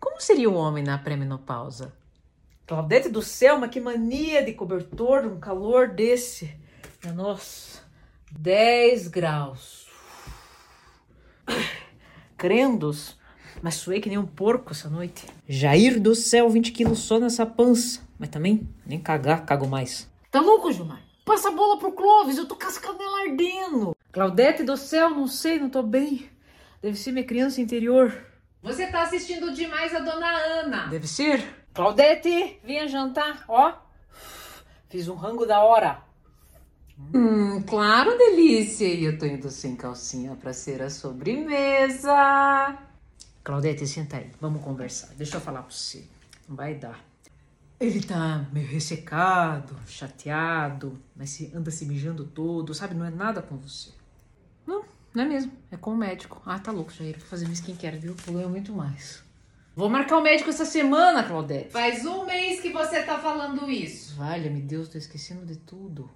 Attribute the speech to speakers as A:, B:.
A: Como seria o homem na pré-menopausa?
B: Claudete Tá do céu, mas que mania de cobertor, um calor desse. Minha nossa, 10 graus. Crendos, mas suei que nem um porco essa noite. Jair do céu, 20 quilos só nessa pança. Mas também, nem cagar, cago mais.
A: Tá louco, Gilmar? Passa a bola pro Clóvis, eu tô com as canelas ardendo.
B: Claudete do céu, não sei, não tô bem. Deve ser minha criança interior.
A: Você tá assistindo demais a Dona Ana.
B: Deve ser. Claudete, vinha jantar, ó. Fiz um rango da hora.
A: Hum, claro, delícia. E eu tô indo sem calcinha pra ser a sobremesa.
B: Claudete, senta aí, vamos conversar. Deixa eu falar pra você. Não vai dar. Ele tá meio ressecado, chateado, mas se- anda se mijando todo, sabe? Não é nada com você.
A: Não, não é mesmo. É com o médico. Ah, tá louco, Jair. Vou fazer minha skincare, viu? Vou ganhar muito mais.
B: Vou marcar o médico essa semana, Claudete.
A: Faz um mês que você tá falando isso.
B: Valha, meu Deus, tô esquecendo de tudo.